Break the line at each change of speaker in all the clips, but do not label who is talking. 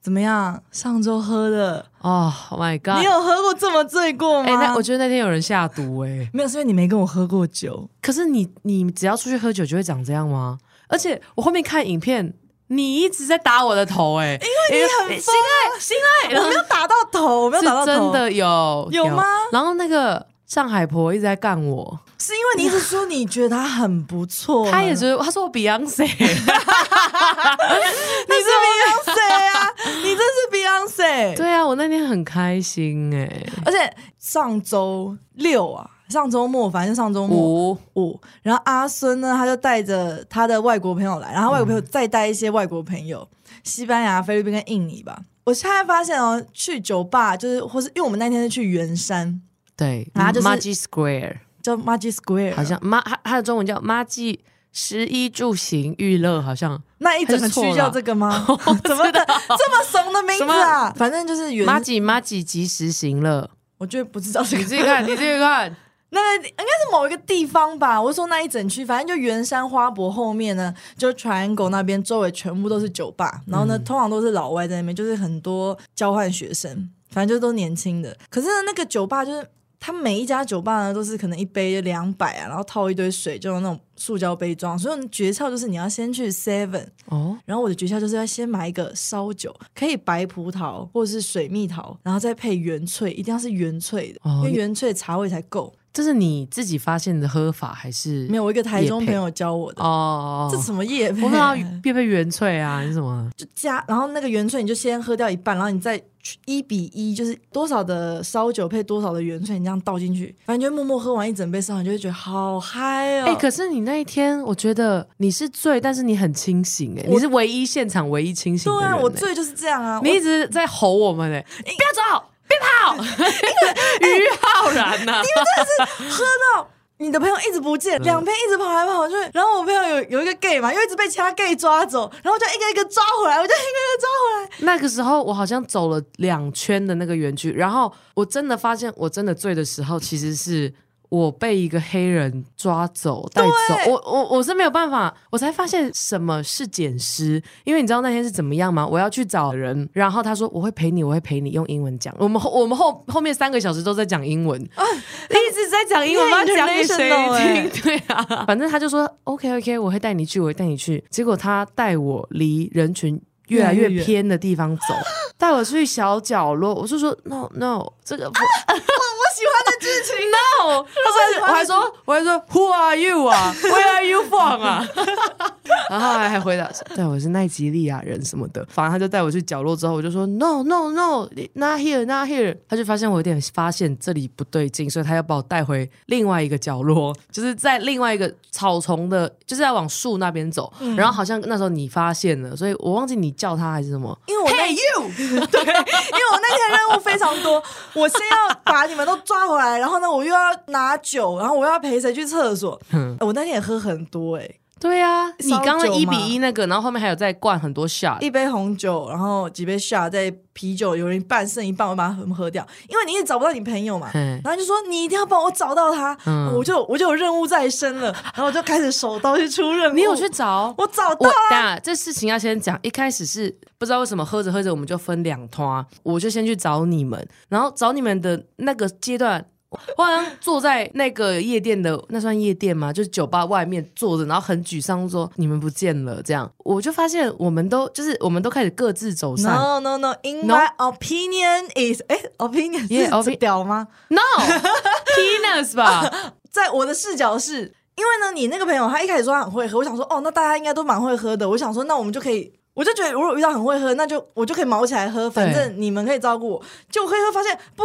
怎么样？上周喝的，
哦、oh、，My God！
你有喝过这么醉过吗？
哎、欸，那我觉得那天有人下毒哎、欸，
没有，是因为你没跟我喝过酒。
可是你，你只要出去喝酒就会长这样吗？而且我后面看影片，你一直在打我的头哎、欸，
因为你很啊
心爱心爱，
我没有打到头，我没有打到头，
真的有
有吗
有？然后那个上海婆一直在干我，
是因为你一直说你觉得她很不 错，
她也觉得她说我 Beyonce，你是
Beyonce 啊， 你这是。Beyonce，
对啊，我那天很开心哎、欸，
而且上周六啊，上周末反正上周末五，然后阿孙呢，他就带着他的外国朋友来，然后外国
嗯
朋友再带一些外国朋友，嗯、西班牙、菲律宾跟印尼吧。我现在发现哦，去酒吧就是或是因为我们那天是去圆山，
对，
然后就是
Magic Square，
叫 Magic Square，
好像妈，它它的中文叫 Magic。食衣住行娱乐好像
那一整个区叫这个 吗？怎么的这么怂的名字啊？反正就是原
马吉马吉及时行乐，
我觉得不知道这个。
你自己看，你自己看，
那应该是某一个地方吧？我说那一整区，反正就圆山花博后面呢，就 Triangle 那边周围全部都是酒吧，然后呢，嗯、通常都是老外在那边，就是很多交换学生，反正就都年轻的。可是那个酒吧就是。它每一家酒吧呢，都是可能一杯两百啊，然后套一堆水，就用那种塑胶杯装。所以诀窍就是你要先去 Seven 哦，然后我的诀窍就是要先买一个烧酒，可以白葡萄或者是水蜜桃，然后再配原萃，一定要是原萃的，哦、因为原萃茶味才够。
这是你自己发现的喝法还是？
没有，我一个台中朋友教我的哦。这什么叶配？
我道叶配原萃啊，你什么？
就加，然后那个原萃你就先喝掉一半，然后你再。一比一就是多少的烧酒配多少的原萃，你这样倒进去，反正就默默喝完一整杯烧酒，就会觉得好嗨哦！
哎、欸，可是你那一天，我觉得你是醉，但是你很清醒哎、欸，你是唯一现场唯一清醒的人、欸。
对
哎
啊，我醉就是这样啊！
你一直在吼我们哎，不要走，别跑，于浩然呐、啊，
哎因为真的是喝到。你的朋友一直不
嗯
见，两边一直跑来跑去，然后我朋友有有一个 gay 嘛，又一直被其他 gay 抓走，然后就一个一个抓回来，我就一个一个抓回
来。那个时候我好像走了两圈的那个园区，然后我真的发现我真的醉的时候，其实是我被一个黑人抓走带走，我我我是没有办法，我才发现什么是捡尸，因为你知道那天是怎么样吗？我要去找人，然后他说我会陪你，我会陪你，用英文讲。我们我们后后面三个小时都在讲英文。啊一直在讲英文，要讲给 谁
哦哎
听？对啊，反正他就说 OK OK，我会带你去，我会带你去。结果他带我离人群越来越偏的地方走，带我去小角落。我就说 No No，这个、啊、
我我喜欢的剧情哦
No。他说我还说我还说 Who are you 啊？Where are you from 啊？ 然后还还回答对我是奈及利亚人什么的。反正他就带我去角落之后，我就说 No No No，Not here Not here。他就发现我有点发现这里不对劲，所以他要把我带回另外一个角落， 就是在另外一个草丛的，就是要往树那边走。嗯、然后好像那时候你发现了，所以我忘记你叫他还是什么。
因为我那 you 对，因为我那天任务非常 多，我先要把你们都抓回来，然后呢，我又要拿酒，然后我又要陪谁去厕所。嗯、我那天也喝很多哎、欸。
对啊，你刚刚一比一那个，然后后面还有再灌很多下，
一杯红酒，然后几杯下，再啤酒，有人一半剩一半，我把它全部喝掉，因为你也找不到你朋友嘛，然后就说你一定要帮我找到他，嗯、我就我就有任务在身了，然后我就开始手刀去出任务。
你有去找？
我找 到了。
这事情要先讲，一开始是不知道为什么喝着喝着我们就分两团，我就先去找你们，然后找你们的那个阶段。我好像坐在那个夜店的，那算夜店吗？就是酒吧外面坐着，然后很沮丧说：“你们不见了。”这样，我就发现我们都就是我们都开始各自走散。
No no no. In my opinion is 哎，opinion 是屌吗
？No, penis 吧。
在我的视角是，因为呢，你那个朋友他一开始说他很会喝，我想说哦，那大家应该都蛮会喝的。我想说，那我们就可以。我就觉得，如果遇到很会喝，那就我就可以毛起来喝，反正你们可以照顾我。就我喝一喝，发现不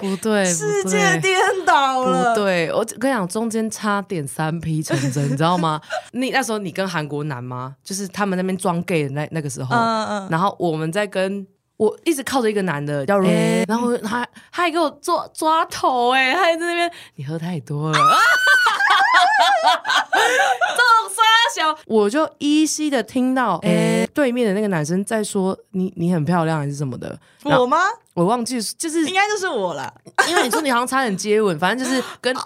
对，不对，
世界颠倒了。
不对，我跟你讲，中间差点三 P 成真，你知道吗？你那时候你跟韩国男吗？就是他们那边装 gay 的那那个时候，嗯嗯然后我们在跟。我一直靠着一个男的叫 Ray，、欸、然后他他还给我抓抓头哎、欸，他还在那边你喝太多了， 这种傻小，我就依稀的听到哎、欸、对面的那个男生在说你你很漂亮还是什么的，
我吗？
我忘记就是
应该就是我了，哦哎
因为你说你好像差点接吻，反正就是跟跟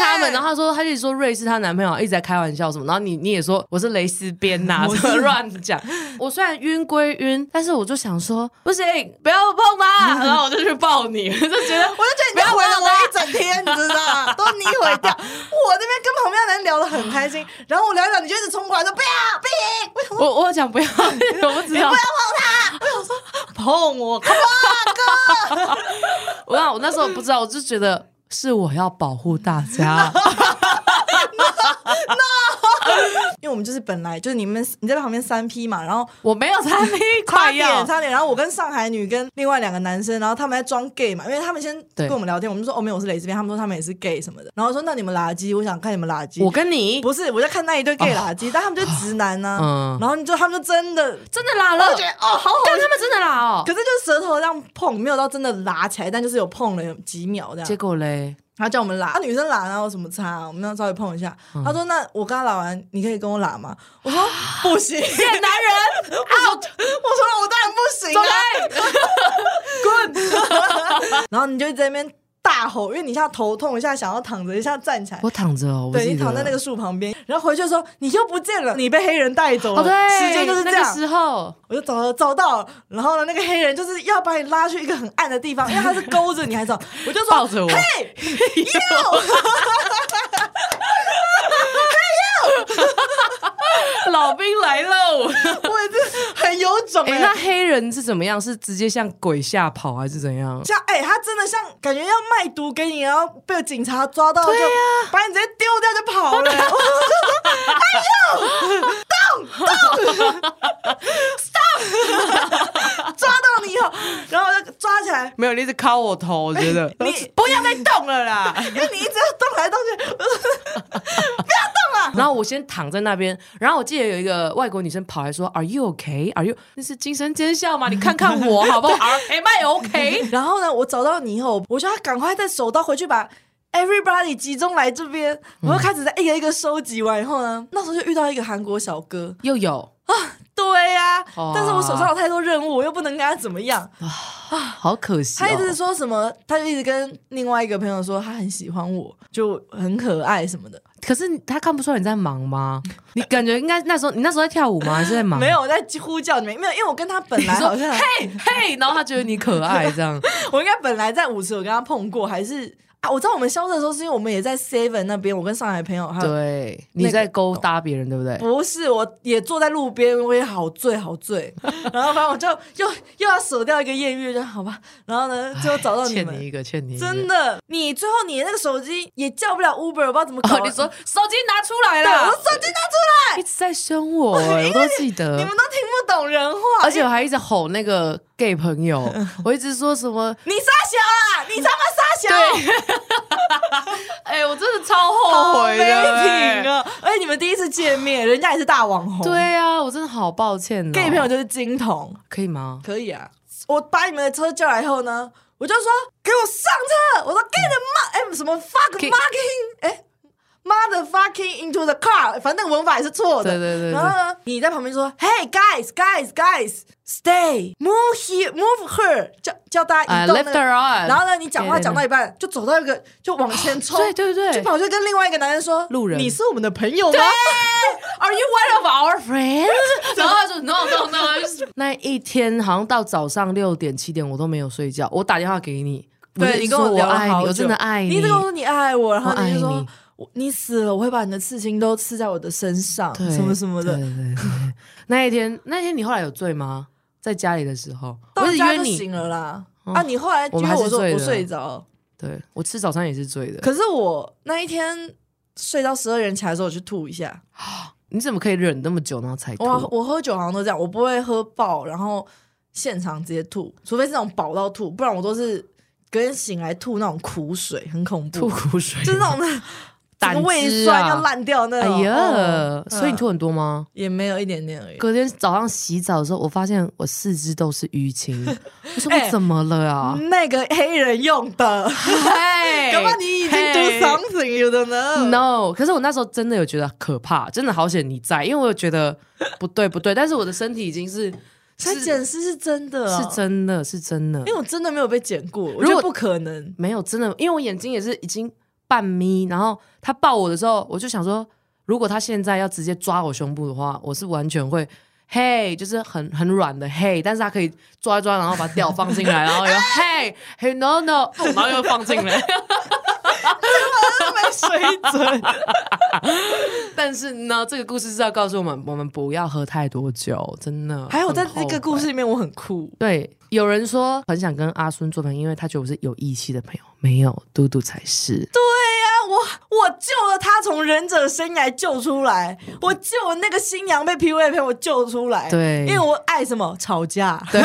他们，然后他说他就说瑞是她男朋友，一直在开玩笑什么，然后你你也说我是蕾丝边呐，什么乱讲。我虽然晕归晕，但是我就想说不行，不要碰他， 然后我就去抱你， 我就觉得
我就觉得你在回了我一整天，你知道吗？都你毁掉。我那边跟旁边的人聊得很开心，然后我聊一聊，你就一直冲过来说不要，不行，我想说
我我讲不要，我不知 道，
碰我，
我我那时候不知道，我就觉得是我要保护大 家。
因为我们就是本来就是你们你在旁边三 P 嘛，然后
我没有三 P，
差
快要
点，差点。然后我跟上海女跟另外两个男生，然后他们在装 gay 嘛，因为他们先
对
跟我们聊天，我们就说哦没有，我是蕾丝边，他们说他们也是 gay 什么的，然后说那你们垃圾，我想看你们垃圾。
我跟 你
不是我在看那一对 gay 垃圾，但他们就直男呐、
嗯
然后你就他们就真的，
真的拉
我
了
就觉，得哦好好，
但他们真的拉哦
可。是就是舌头这样碰，没有到真的拉起来，但就是有碰了有几秒这样。
结果嘞，
他叫我们拉，啊、女生拉然后有什么差、我们要稍微碰一下。他说：“那我跟他拉完，你可以跟我拉吗？”我 说：“不行。”
贱男人
我
out，
说我当然不行啊， 滚！然后你就在那边大吼，因为你一下头痛，一下想要躺着，一下站起来。
我躺着哦，我
对
记
你
得
躺在那个树旁边，然后回去的时候你就不见了，你被黑人带走了。
哦，对，
时间就是这
那个
样。
时候，
我就找了找到了，然后呢，那个黑人就是要把你拉去一个很暗的地 方，因为他是勾着你，还找，我就说
抱着我
嘿，
老兵来喽！
我也是很有种
哎、
哎、
那黑人是怎么样？是直接像鬼吓跑还是怎样？
像哎、他真的像感觉要卖毒给你，然后被警察抓到，就把你直接丢掉就跑了、我就说：“哎呦，动动，stop！” 抓到你以后，然后就抓起来，
没有，你一直敲我头，我觉 得
你
不要再动了啦。
因为你一直要动来动去，我就说
然后我先躺在那边，然后我记得有一个外国女生跑来说：“Are you okay? Are you？” 那是精神尖笑吗？你看看我好不好？Are am I okay？
然后呢，我找到你以后，我就要赶快再手刀回去把 everybody 集中来这边，我又开始在一个一个收集完以后呢，那时候就遇到一个韩国小哥，
又有，
对呀、
哇
但是我手上有太多任务，我又不能跟他怎么样。
好可惜、哦。
他一直说什么，他就一直跟另外一个朋友说他很喜欢我，就很可爱什么的。
可是他看不出来你在忙吗？你感觉应该那时候你那时候在跳舞吗？还是在忙？
没有我在呼叫你们，没有，因为我跟他本 来
你说
好像，
嘿嘿，然后他觉得你可爱这 样。
我应该本来在舞池有跟他碰过，还是啊？我知道我们消失的时候是因为我们也在 Seven 那边，我跟上海朋友还有。
对，
那个
你在勾搭别人，对不对？
不是，我也坐在路边，我也好醉，好醉。 然后反正我就又又要舍掉一个艳遇，就好吧。然后呢，最后找到你
欠
们，
你一个，欠你一个。
真的，你最后你那个手机也叫不了 Uber，我不知道怎么搞
哦
的。，
你说啊手机拿出来
对，啊我
了
说，手机拿出
一直在凶我，哎我都记
来，你
得
们。都听不懂人话。
而且我还一直吼那个 gay 朋友，我一直说什么？
你傻小啦，你他妈傻小，
哎、我真的超
好
后
没
悔的、
品
哎
啊！而且你们第一次见面，人家也是大网红，
对啊，我真的好抱歉、哦。
，gay 朋友就是金童，
可以吗？
可以啊。我把你们的车叫来以后呢，我就说给我上车，我说 get the ma 哎什么 fuck
Get-
fucking 哎。Mother fucking into the car，反正那个文法也是错的。
对对对对
然后呢，你在旁边说，Hey guys guys guys stay move here move her，叫叫大家
啊
移动、那
，left
个
her on。
然后呢，你讲话
对对对哦
讲到一半，就走到一个就往前冲，
对对对
就跑去跟另外一个男人说：“
路人
你是我们的朋友吗？”
Are you one of our friends？然后他说 No No No。那一天好像到早上六点七点我都没有睡觉，我打电话给你，我就
对你跟我
说我
聊了
爱
好
你，
久，
我真的爱
你
你。哦
一直跟我说你爱我，然后
我爱
就
你
说我你死了，我会把你的刺青都刺在我的身上，
对
什么什么
对
的。
对对对 那一天那一天你后来有醉吗？在家里的时候，
到
我一直
家
约
就
你
醒。了啦。
哦
啊，你后来
我
因为
们还是
我说
醉
我
的
睡着，
对我吃早餐也是醉的。
可是我那一天睡到十二点起来的时候，我去吐一下。
你怎么可以忍那么久然后才吐？
我我喝酒好像都这样，我不会喝爆，然后现场直接吐，除非是那种饱到吐，不然我都是隔天醒来吐那种苦水，很恐怖，
吐苦 水，
就是那种那
胆
整个胃
汁
酸要
啊！
烂掉那
哎
种。
呀
哦，嗯
所以你吐很多吗？
也没有一点点而已。
隔天早上洗澡的时候，我发现我四肢都是淤青， 我说
哎
我怎么了啊？
那个黑人用 的，
嘿
搞不好你已经 do
嘿
something you don't know。
No，可是我那时候真的有觉得可怕，真的好险你在，因为我有觉得不对不对，但是我的身体已经是
他
是
检视是真的、啊，
是，真的是真的
因为我真的没有被剪过，我
如
觉得
果
不可能。
没有真的，因为我眼睛也是已经半咪，然后他抱我的时候，我就想说，如果他现在要直接抓我胸部的话，我是完全会。嘿、就是很很软的嘿但是他可以抓一抓，然后把屌放进来，然后又嘿嘿 no no，然后又放进来。
没水准。
但是呢，这个故事是要告诉我们，我们不要喝太多酒，真的。
还有在
很
这
后
个
悔
故事里面，我很酷，
对，有人说很想跟阿孙做朋友，因为他觉得我是有义气的朋友，没有嘟嘟才是。
但我我救了他从忍者生涯救出来，我救了那个新娘被 PUA 的朋友我救出来，
对
因为我爱什么吵架，
对，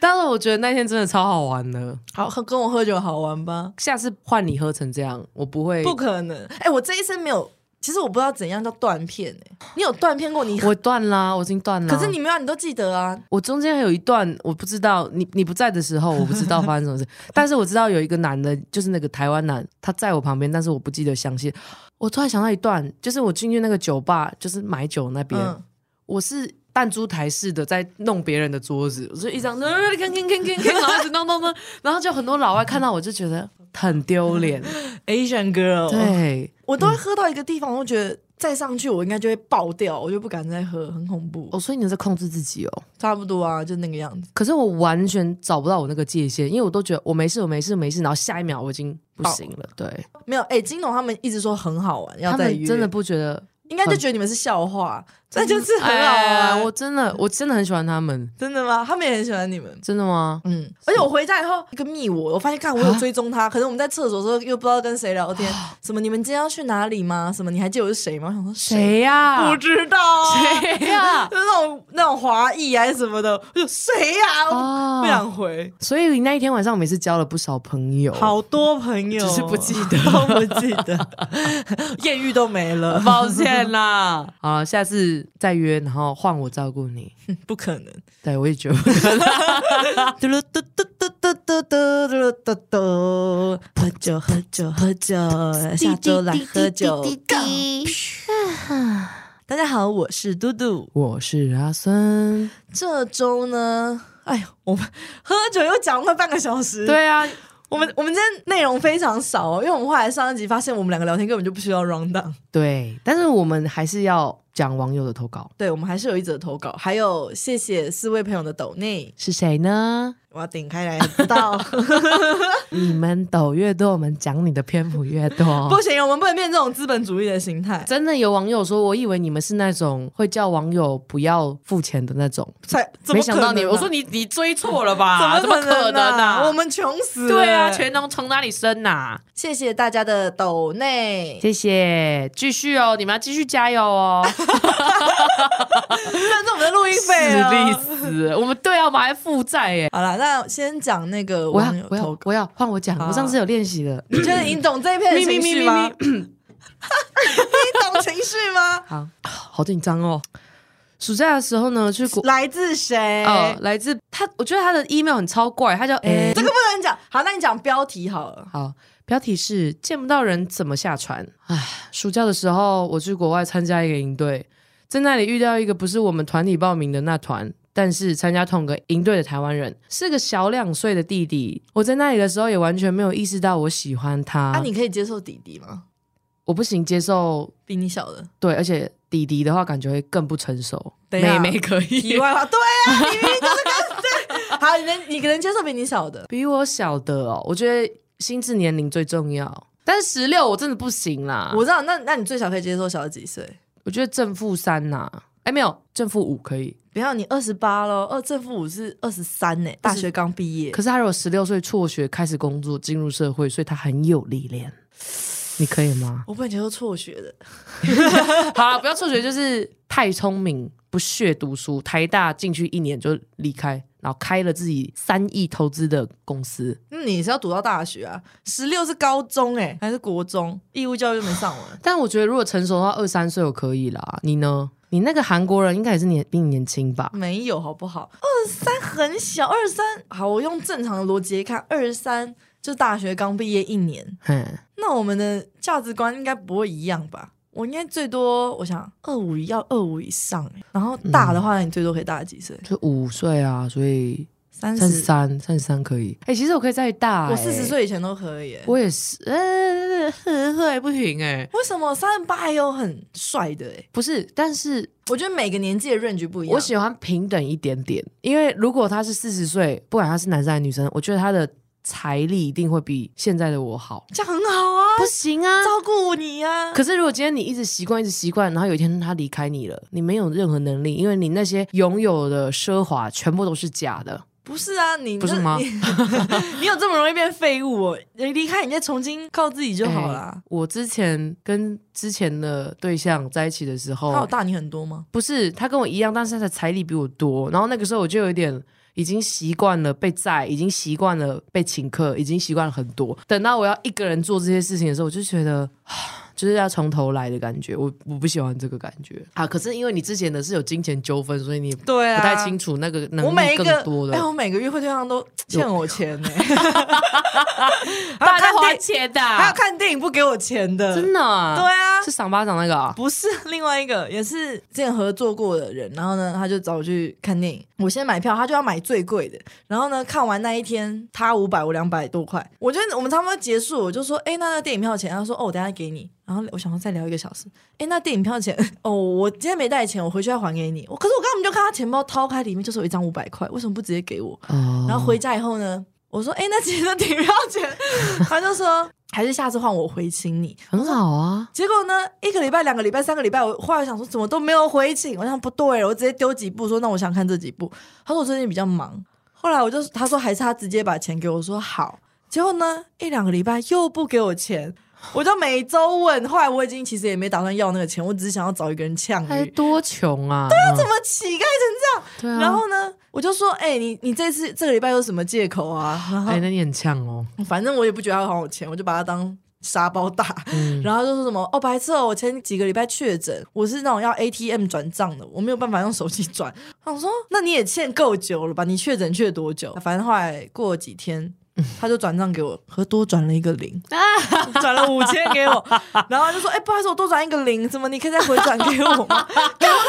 但是我觉得那天真的超好玩的。
好喝跟我喝酒好玩吧？
下次换你喝成这样，我不会。
不可能，哎、我这一生没有，其实我不知道怎样叫断片、哎，你有断片过你？
我断啦，我已经断了。
可是你没有，你都记得啊，
我中间还有一段我不知道，你你不在的时候我不知道发生什么事， 但是我知道有一个男的，就是那个台湾男，他在我旁边，但是我不记得详细。我突然想到一段，就是我进去那个酒吧，就是买酒那边，
嗯，
我是弹珠台式的在弄别人的桌子，我就一
嗯
张，看 看看看看，然后一直弄弄弄，然后就很多老外看到我就觉得很 丢脸，
Asian girl，，
对。
我都会喝到一个地方，我就觉得再上去我应该就会爆掉，我就不敢再喝，很恐怖。
哦，所以你在控制自己哦。
差不多啊，就那个样子。
可是我完全找不到我那个界限，因为我都觉得我没事，我没事，我没事。然后下一秒我已经不行了，对。
没有，哎、金董他们一直说很好玩，要
他
再
们
约，
真的不觉得
应该就觉得你们是笑话，那就是很好
哎
玩。
我真的，我真的很喜欢他们，
真的吗？他们也很喜欢你们。
真的吗？
嗯，而且我回家以后，一个密我，我发现看我有追踪他，可能我们在厕所的时候又不知道跟谁聊天，什么你们今天要去哪里吗？什么你还记得我是谁吗？我想说谁？
谁呀、
不知道啊，
谁呀、
就那种那种华裔还是什么的，我就谁呀？我
哦
不想回，
所以那一天晚上，我们也是交了不少朋友。
好多朋友
只是不记
得，都不记得， 艳遇都没了，
抱歉啦， 好，下次再约，然后换我照顾 你。
不可能。
对，我也觉得
嘟噜嘟嘟嘟嘟嘟嘟嘟嘟嘟，喝酒喝酒喝 酒，下周来喝酒。啊大家好，我是嘟嘟。
我是阿孙。
这周呢，哎呦，我们喝酒又讲了快半个小时。，
对啊，
我们我们今天内容非常少哦，因为我们后来上一集发现我们两个聊天根本就不需要 round down。
对，但是我们还是要讲网友的投稿
对，我们还是有一则投稿，还有谢谢四位朋友的抖内，
是谁呢？
我要点开来知道。
你们抖越多，我们讲你的篇幅越 多
不。行，我们不能变这种资本主义的心态。
真的有网友说，我以为你们是那种会叫网友不要付钱的那种，
才怎么
没想到你，
可能啊
我说你你追错了吧？
啊怎
怎
么
么可能
啊？
啊？
我们穷死了。
对啊，全能从哪里生啊呐、
谢谢大家的抖 内，
谢谢，继续哦，你们要继续加油哦！
算是我们的录音
死
费
力
啊。
死，我们对啊，我们还负债耶！
好了，那先讲那个
我要
网友
我
投
要
稿。
我要换我讲，
啊
我上次有练习的。？
你觉得你懂这一片的情绪吗？ 你懂情绪吗
好，好紧张哦！暑假的时候呢，去国
来自谁？
哦，来自他，我觉得他的 email 很超怪，他叫哎
这个不能讲。好，那你讲标题好了。
好，标题是“见不到人怎么下船”。唉，暑假的时候我去国外参加一个营队，在那里遇到一个不是我们团体报名的那团，但是参加同个营队的台湾人，是个小两岁的弟弟。我在那里的时候也完全没有意识到我喜欢他。
啊，你可以接受弟弟吗？
我不行接受，
比你小的。
对，而且弟弟的话感觉会更不成熟。
等一下
妹妹可
题
以，
外 话，对啊，你明明就是跟对。 好，你能你可能接受比你小的。
比我小的哦，我觉得心智年龄最重要。但是十六我真的不行啦，
我知道，那那你最小可以接受小的几岁？
我觉得正负三呐、哎、没有正负五可以。
不要你二十八喽，二正负五是二十三呢，大学刚毕业。？
可是他如果十六岁辍学开始工作，进入社会，所以他很有历练。你可以吗
我本来接受辍学的，
好啦，不要辍学，就是太聪明，不屑读书。台大进去一年就离开，然后开了自己三亿投资的公司。。
那你是要读到大学啊？十六是高中哎、还是国中？义务教育就没上完
但我觉得如果成熟的话，二三岁我可以啦。你呢？你那个韩国人应该也是年比你年轻吧？
没有好不好？二十三很小，二十三好，我用正常的逻辑看，二十三就大学刚毕业一年，
哼，
那我们的价值观应该不会一样吧？我应该最多，我想二五嗯要二五以上、欸，然后大的话，你最多可以大几岁？
就五岁啊，所以
三欸
三十
十，
三，三十三可以。哎、其实我可以再大、
我
哎
四十，岁以前都可以耶。
我也是，呃，呵呵，不行哎、
为什么三十八也有很帅的？哎，
不是，但是
我觉得每个年纪的 range 不一样。
我喜欢平等一点点，因为如果他是四十岁，不管他是男生还是女生，我觉得他的财力一定会比现在的我好。
这样很好啊，
不行啊！
照顾你 啊。
可是如果今天你一直习惯，一直习惯，然后有一天他离开你了，你没有任何能力，因为你那些拥有的奢华全部都是假的。
不是啊，你
不是吗
你 你有这么容易变废物、哦？你离开你再重新靠自己就好啦
哎。我之前跟之前的对象在一起的时
他有
候，
大你很多吗？
不是他跟我一样，但是他的财力比我多。然后那个时候我就有一点已经习惯了被载，已经习惯了被请客，已经习惯了很多。等到我要一个人做这些事情的时候，我就觉得。 啊就是要从头来的感觉，我我不喜欢这个感觉啊。可是因为你之前的是有金钱纠纷，所以你不
对啊
太清。楚那个能
我每
力
一
更
个
多的。
哎、我每个约会对象都欠我 钱呢、还有
大家
看
花
电
钱的、
还有看电影不给我钱的，
真的、啊？
对啊
是，赏巴掌那个啊？
不是另外一个，也是之前合作过的人，然后呢，他就找我去看电影，我先买票，他就要买最贵的，然后呢，看完那一天他五百，我两百多块，我觉得我们差不多结束，我就说，哎、那那电影票钱，他说，哦，我等一下给你，然后我想说再聊一个小时，哎、那电影票钱，哦，我今天没带钱，我回去要还给你，我可是我刚刚就看他钱包掏开，里面就是有一张五百块，为什么不直接给我？
哦
然后回家以后呢，我说，哎、那其实那电影票钱， 他就说，还是下次换我回请你，
很好啊，
结果呢，一个礼拜、两个礼拜、三个礼拜，我后来想说怎么都没有回请，我想不对，我直接丢几部说那我想看这几部。他说我最近比较忙，后来我就他说还是他直接把钱给我，我说好。结果呢，一两个礼拜又不给我钱，我就每周问。后来我已经其实也没打算要那个钱，我只是想要找一个人呛
还
你。
多穷啊？对啊，
怎么乞丐成
对
这
啊？
样？然后呢，我就说，哎、你你这次这个礼拜有什么借口啊？然后
哎、那你很呛哦。
反正我也不觉得他还我钱，我就把他当沙包打。 然后就说什么哦，白痴哦，我前几个礼拜确诊，我是那种要 ATM 转账的，我没有办法用手机转。 我想说，那你也欠够久了吧？你确诊确多久？反正后来过了几天。他就转账给我，和多转了一个 零，转了五千给我，然后就说：“哎、不好意思，我多转一个零，怎么你可以再回转给我吗？”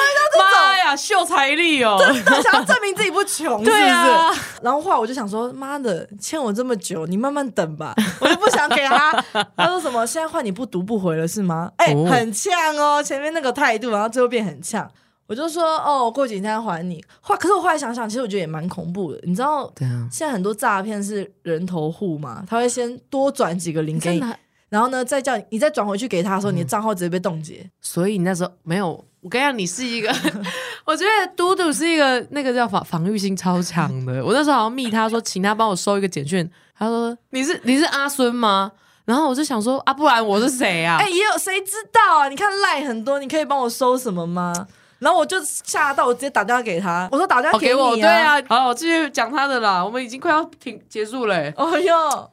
妈呀， 秀财力哦！
他想要证明自己不穷，
对啊
是不是？然后后来我就想说，妈的，欠我这么久，你慢慢等吧， 我就不想给他。他说什么？现在换你不读不回了是吗？哎、
哦
很呛哦，前面那个态度，然后最后变很呛。我就说哦，我过几天还你。后来可是我后来想想，其实我觉得也蛮恐怖的。你知道
对啊，
现在很多诈骗是人头户嘛，他会先多转几个零给
真
你，
的。嗯
然后呢再叫你，你再转回去给他的时候，你的账号直接被冻结。
所以你那时候没有，我跟你讲，你是一个， 我觉得嘟嘟是一个那个叫防防御性超强的。我那时候好像密他说，请他帮我收一个简讯，他说你是你是阿孙吗？然后我就想说啊，不然我是谁啊？
哎、也有谁知道啊？你看赖很多，你可以帮我收什么吗？然后我就吓到，我直接打电话给他，我说打电话
哦
你、
给我，对
啊，。
啊，好，我继续讲他的啦，我们已经快要停结束了、欸
哦哟，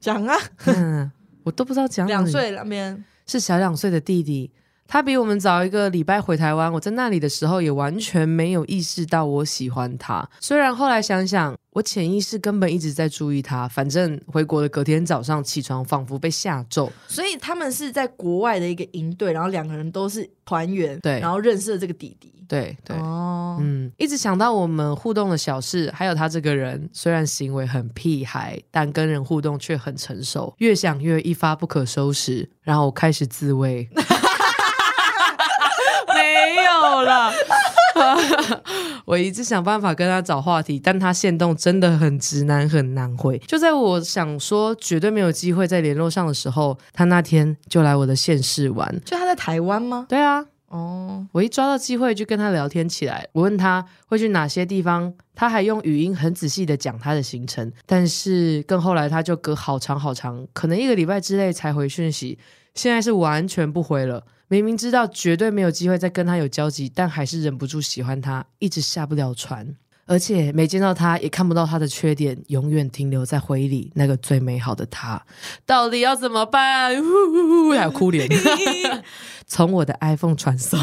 讲啊，
嗯，我都不知道讲哪里
两岁那边，
是小两岁的弟弟，他比我们早一个礼拜回台湾。我在那里的时候也完全没有意识到我喜欢他，虽然后来想想，我潜意识根本一直在注意他。反正回国的隔天早上起床，仿佛被吓咒。
所以他们是在国外的一个营队，然后两个人都是团员，
对
然后认识了这个弟弟，
对对。
哦，
嗯，一直想到我们互动的小事，还有他这个人，虽然行为很屁孩，但跟人互动却很成熟。越想越一发不可收拾，然后我开始自慰。 没有了， 我一直想办法跟他找话题，但他线动真的很直男，很难回。就在我想说绝对没有机会再联络上的时候，他那天就来我的县市玩。
就他在台湾吗？
对啊，
哦，
我一抓到机会就跟他聊天起来。我问他会去哪些地方，他还用语音很仔细的讲他的行程。但是更后来，他就隔好长好长，可能一个礼拜之内才回讯息。现在是完全不回了。明明知道绝对没有机会再跟他有交集，但还是忍不住喜欢他，一直下不了船。而且没见到他，也看不到他的缺点，永远停留在回忆里那个最美好的他。到底要怎么办？呜呜呜还有哭脸， 从我的 iPhone 传送。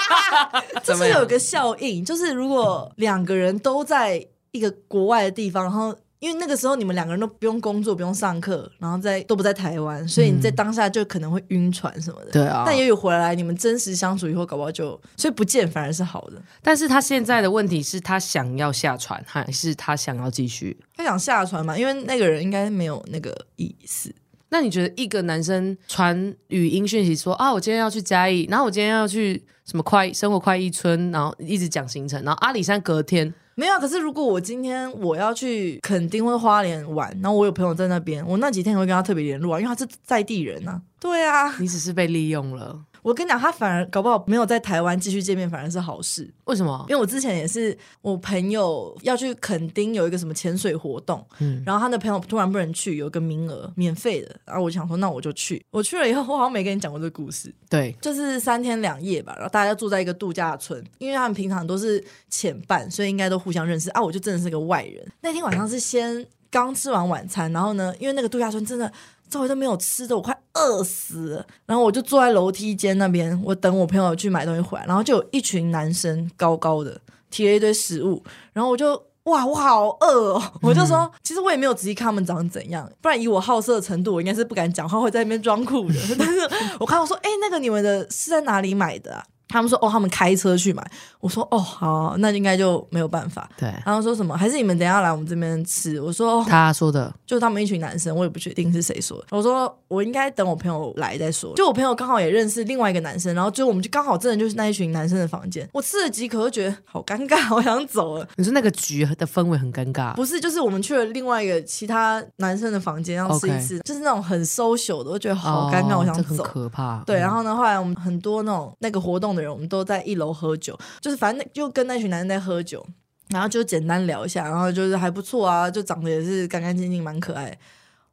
这
怎么
是
样
有一个效应，就是如果两个人都在一个国外的地方，然后因为那个时候你们两个人都不用工作，不用上课，然后在都不在台湾，所以你在当下就可能会晕船什么的。
对啊
但也有回来，你们真实相处以后，搞不好就所以不见反而是好的。啊
但是他现在的问题是他想要下船，还是他想要继续？
他想下船嘛，因为那个人应该没有那个意思。
那你觉得一个男生传语音讯息说啊，我今天要去嘉义，然后我今天要去什么快生活快一村，然后一直讲行程，然后阿里山隔天，
没有啊，可是如果我今天我要去垦丁或花莲玩，然后我有朋友在那边，我那几天也会跟他特别联络啊，因为他是在地人啊。对啊，
你只是被利用了，
我跟你讲，他反而搞不好没有在台湾继续见面，反而是好事。
为什么？
因为我之前也是我朋友要去垦丁有一个什么潜水活动，
嗯
然后他的朋友突然不能去，有一个名额免费的，然后我想说那我就去。我去了以后，我好像没跟你讲过这个故事，
对，
就是三天两夜吧，然后大家住在一个度假村，因为他们平常都是潜伴，所以应该都互相认识啊。我就真的是个外人。那天晚上是先刚吃完晚餐，然后呢，因为那个度假村真的周围都没有吃的，我快饿死了。然后我就坐在楼梯间那边，我等我朋友去买东西回来，然后就有一群男生高高的提了一堆食物，然后我就。哇，我好饿哦！我就说，其实我也没有仔细看他们长怎样，不然以我好色的程度，我应该是不敢讲话，会在那边装酷的。 但是我看我说，哎、那个你们的是在哪里买的啊？他们说，哦，他们开车去买。我说，哦，好，那应该就没有办法。
对，
然后说什么？还是你们等一下来我们这边吃？我说，哦
他说的，
就是他们一群男生，我也不确定是谁说的。我说我应该等我朋友来再说。就我朋友刚好也认识另外一个男生，然后就我们就刚好真的就是那一群男生的房间。我吃了几口就觉得好尴尬， 我想走了。
你说那个局的氛围很尴尬，哦
不是，就是我们去了另外一个其他男生的房间，然后吃一次就是那种很 social 的，我觉得好尴尬，
哦
我想
这很
走。
可怕。
对，
嗯
然后呢，后来我们很多那种那个活动的人，我们都在一楼喝酒，就是反正就跟那群男生在喝酒，然后就简单聊一下，然后就是还不错啊，就长得也是干干净净，蛮可爱。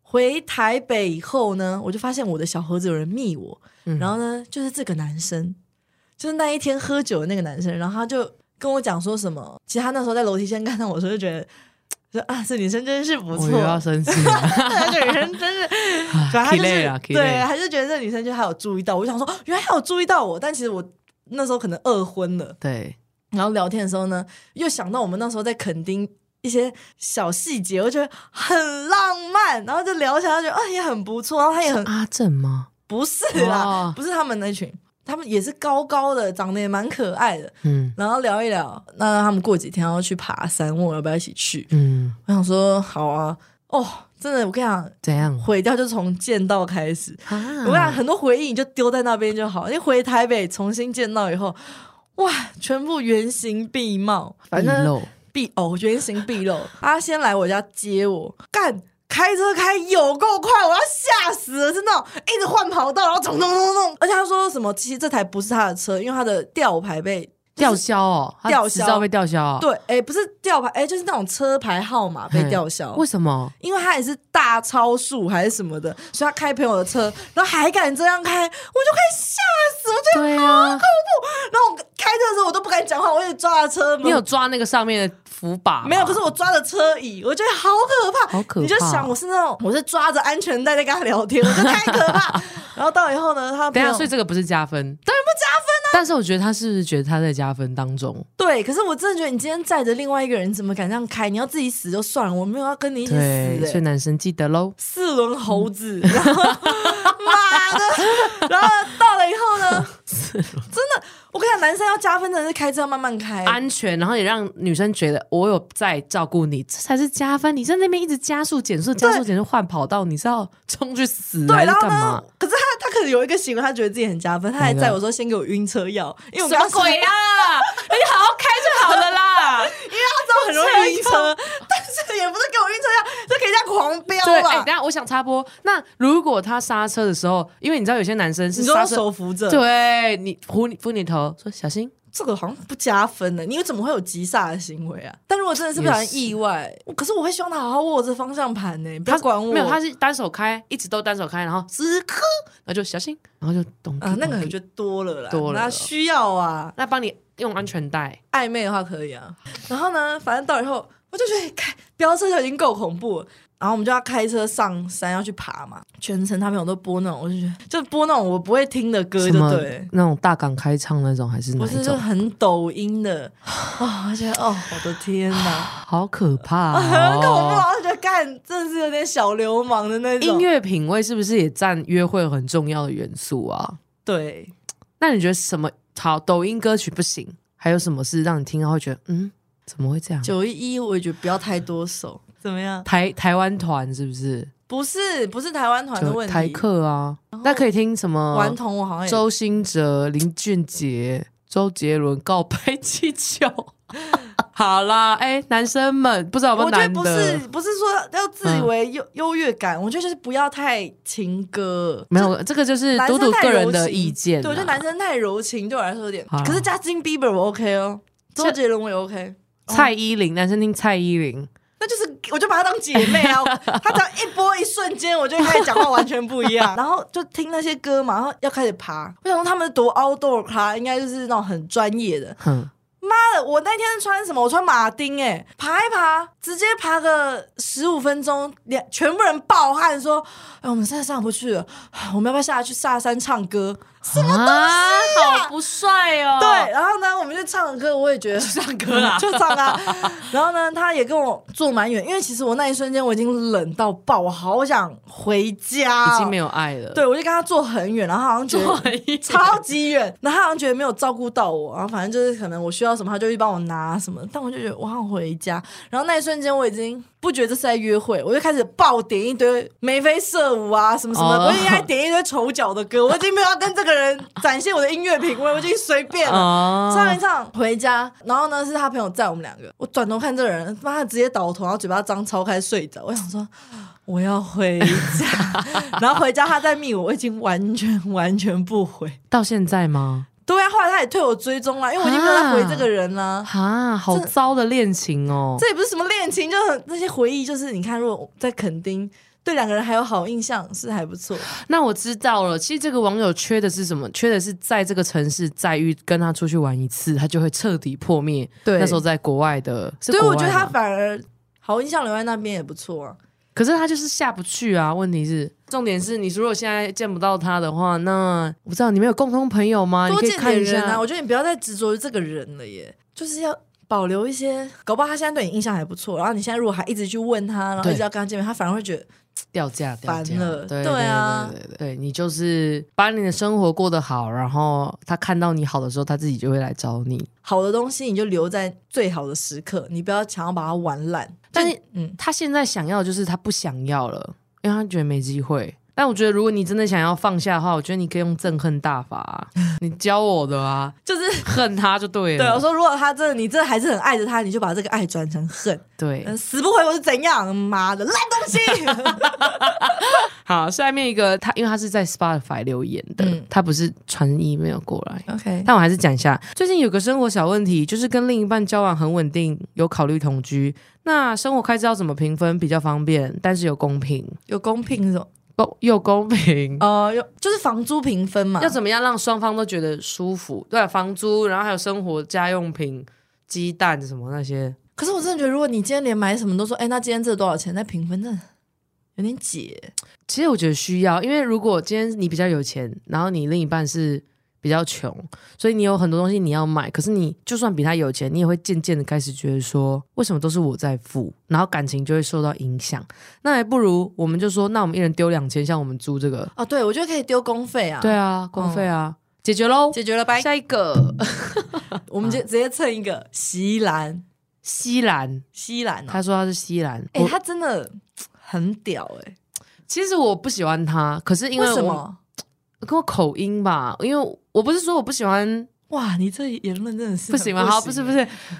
回台北以后呢，我就发现我的小盒子有人密我，
嗯
然后呢，就是这个男生，就是那一天喝酒的那个男生，然后他就跟我讲说什么，其实他那时候在楼梯间看到我的时候，就觉得说啊，这女生真是不
我
错，
又要生气 了，
那啊个女生真是，反正他
气
就
累
是
了气累
对，还是觉得这女生就还有注意到我，我就想说原来还有注意到我，但其实我那时候可能二婚了。
对，
然后聊天的时候呢，又想到我们那时候在垦丁一些小细节，我觉得很浪漫，然后就聊起来，觉得啊也很不错，然后他也很
阿正吗？
不是啦，
哦
不是他们那群，他们也是高高的，长得也蛮可爱的。
嗯
然后聊一聊，那他们过几天要去爬山，问我要不要一起去。
嗯，
我想说好啊，哦，真的，我跟你讲，
怎样？
毁掉就从见到开始。
啊
我想很多回忆你就丢在那边就好，你回台北重新见到以后，哇，全部原形毕貌，反
毕
正
露
毕哦原形毕露。 他先来我家接我，干。开车开有够快，我要吓死了！真的，一直换跑道，然后咚咚咚咚。而且他说什么？其实这台不是他的车，因为他的吊牌被
吊销哦，他
吊
执
销
照被吊销哦。
对，哎、不是吊牌，哎、就是那种车牌号码被吊销。
为什么？
因为他也是大超速还是什么的，所以他开朋友的车，然后还敢这样开，我就快吓死了！我就
对啊，
然后我开车的时候我都不敢讲话，我也抓着车门，
你有抓那个上面的扶把吗？
没有？可是我抓着车椅，我觉得好可怕，
好可怕
你就想我是那种我是抓着安全带在跟他聊天，我觉得太可 怕。然后到以后呢，他
等
朋
一下，
友
所以这个不是加分，当然不加分啊。但是我觉得他是不是觉得他在加分当中？
对，可是我真的觉得你今天载着另外一个人，你怎么敢这样开？你要自己死就算了，我没有要跟你一起死、
对，
欸
所以。男生记得喽。
四轮猴子， 然后妈的，然后到了以后呢，真的，我跟你讲，男生要加分真的是开车要慢慢开，
安全，然后也让女生觉得哦我有在照顾你，这才是加分。你在那边一直加速、减速、加速、减速换跑道，你是要冲去死
对，
还是
然后
干
呢
嘛？，
可是他他可能有一个行为，他觉得自己很加分，他还
哪个
在我说先给我晕车药，因为我
什
们刚
么
刚
鬼 啊！你好好开就好了啦。
知 道很容易晕车，但是也不是给我晕车药，就可以这样狂
对，
飙啊
哎、
吧
等一。下我想插播。那如果他刹车的时候，因为你知道有些男生是
你说
刹车，
手扶着，
对你扶你扶你头说小心，
这个好像不加分的，你又怎么会有急刹的行为啊？但如果真的是不小心意外，我可是我会希望他好好握着方向盘呢，不
他
要管我。
没有，他是单手开，一直都单手开，然后时刻，然后就小心，然后就咚
啊，那个
很
就多了啦，
多了
那需要啊，
那帮你用安全带，
暧昧的话可以啊。然后呢，反正到以后我就觉得哎开飙车就已经够恐怖了，然后我们就要开车上山要去爬嘛，全程他朋友都播那种，我就觉得就播那种我不会听的歌
什
就
么
对了。
那种大港开唱那种还是哪
不
一
是，就
种？
很抖音的，哦，而且哦，我的天哪，
好可怕、
很恐怖，然啊
哦！
后就觉得干，真的是有点小流氓的那种。
音乐品味是不是也占约会很重要的元素啊？
对，
那你觉得什么好？抖音歌曲不行，还有什么是让你听到会觉得嗯，怎么会这样？
九一一我也觉得不要太多首，怎么样？
台台湾团是不是？
不是，不是台湾团的
就
问题。
台客啊，那可以听什
顽
么？
童我好像也
周兴哲、林俊杰、周杰伦《告白气球》。 好啦，哎、男生们不知道有没有
我觉得
男
不
的嗯
是？，不是说要自以为优优越感，我觉得就是不要太情歌。
没有，这个就是
男
嘟
生
嘟
太
个人
柔
的
情
意见、啊。
对，我觉得男生太柔情，对我来说有点
好啦。
可是 Justin Bieber 我 OK 哦，周杰伦我也 OK，
蔡依林，男生听蔡依林，
那就是我就把她当姐妹 啊。她只要一播一瞬间，我就开始讲话完全不一样。然后就听那些歌嘛，然后要开始爬。我想说他们读 outdoor 爬，应该就是那种很专业的。
哼，
妈的，我那天穿什么？我穿马丁哎、爬一爬，直接爬个十五分钟，两全部人暴汗说：“哎，我们现在上不去了，我们要不要下去下山唱 歌？”
什么东西、啊好不帅
啊
哦！
对，，然后呢，我们就唱歌，我也觉得就唱歌啦， 就唱啊。然后呢，他也跟我坐蛮远，因为其实我那一瞬间我已经冷到爆，我好想回家，
已经没
有。
有爱了。
对，我就跟他坐很远，然后他好像 觉得
对
超级远， 然后他好像觉得没有照顾到我，然后反正就是可能我需要什么，他就会帮我拿什么，但我就觉得我想回家。然后那一瞬间，我已经不觉得这是在约会，我就开始爆点一堆眉飞色舞啊，什么什么，
哦
我已经在点一堆丑角的歌，我已经没有要跟这个人展现我的音乐品味，我已经随便 了。
啊
唱一唱，回家，然后呢是他朋友载我们两个，我转头看这个人，妈他直接倒头，然后嘴巴张超开睡着，我想说我要回家， 然后回家他再密我，我已经完全完全不回。
到现在吗？
对啊，后来他也退我追踪啊了，因为我已经没有再回这个人啦。
啊，好糟的恋情哦！
这也不是什么恋情，就很那些回忆，就是你看，如果在垦丁对两个人还有好印象，是还不错。
那我知道了，其实这个网友缺的是什么？缺的是在这个城市再遇跟他出去玩一次，他就会彻底破灭。
对
那时候在国外的，是
所以
国
我
外
觉得他
吗，
反而好印象留在那边也不错啊。
可是他就是下不去啊。问题是，重点是你如果现在见不到他的话，那我不知道你们有共同朋友吗？你
多
可以
见
看
点
一
人
下
啊！我觉得你不要再执着于这个人了耶，就是要保留一些。搞不好他现在对你印象还不错，然后你现在如果还一直去问他，然后
对
一直要跟他见面，他反而会觉得
掉价，掉
烦
价
了
对
对啊
对对对对你就是把你的生活过得好，然后他看到你好的时候，他自己就会来找你。
好的东西你就留在最好的时刻，你不要想要把它玩烂。
但
就是嗯，
他现在想要的就是他不想要了，因为他觉得没机会。但我觉得，如果你真的想要放下的话，我觉得你可以用憎恨大 法啊、你教我的啊，
就是
恨他就对了。
对我说，如果他真的你真的还是很爱着他，你就把这个爱转成恨，
对
嗯死不回我是怎样？妈的烂东西！
好，下面一个他，因为他是在 Spotify 留言的，
嗯
他不是传 email 过来。
OK，
但我还是讲一下，最近有个生活小问题，就是跟另一半交往很稳定，有考虑同居。那生活开支要怎么平分比较方便，但是有公平，
有公平什么？
公又公平。
呃，有就是房租平分嘛，
要怎么样让双方都觉得舒服？对、啊，房租，然后还有生活家用品、鸡蛋什么那些，
可是我真的觉得，如果你今天连买什么都说，哎、那今天这多少钱？再平分，真的有点解。
其实我觉得需要，因为如果今天你比较有钱，然后你另一半是比较穷，所以你有很多东西你要买，可是你就算比他有钱，你也会渐渐的开始觉得说，为什么都是我在付，然后感情就会受到影响。那还不如我们就说，那我们一人丢两千，像我们租这个，
哦，对，我觉得可以丢公费啊。
对，啊，公费啊，解决喽。
解决了拜。
下一个
我们直直接蹭一个席兰，
西兰，
席兰、哦，
他说他是西兰，
哎、
我
他真的很屌哎、
其实我不喜欢他，可是因
为
为
什
我
么？
跟我口音吧，因为我不是说我不喜欢
哇，你这言论真的是
不
很
行吗？好，不是不，是，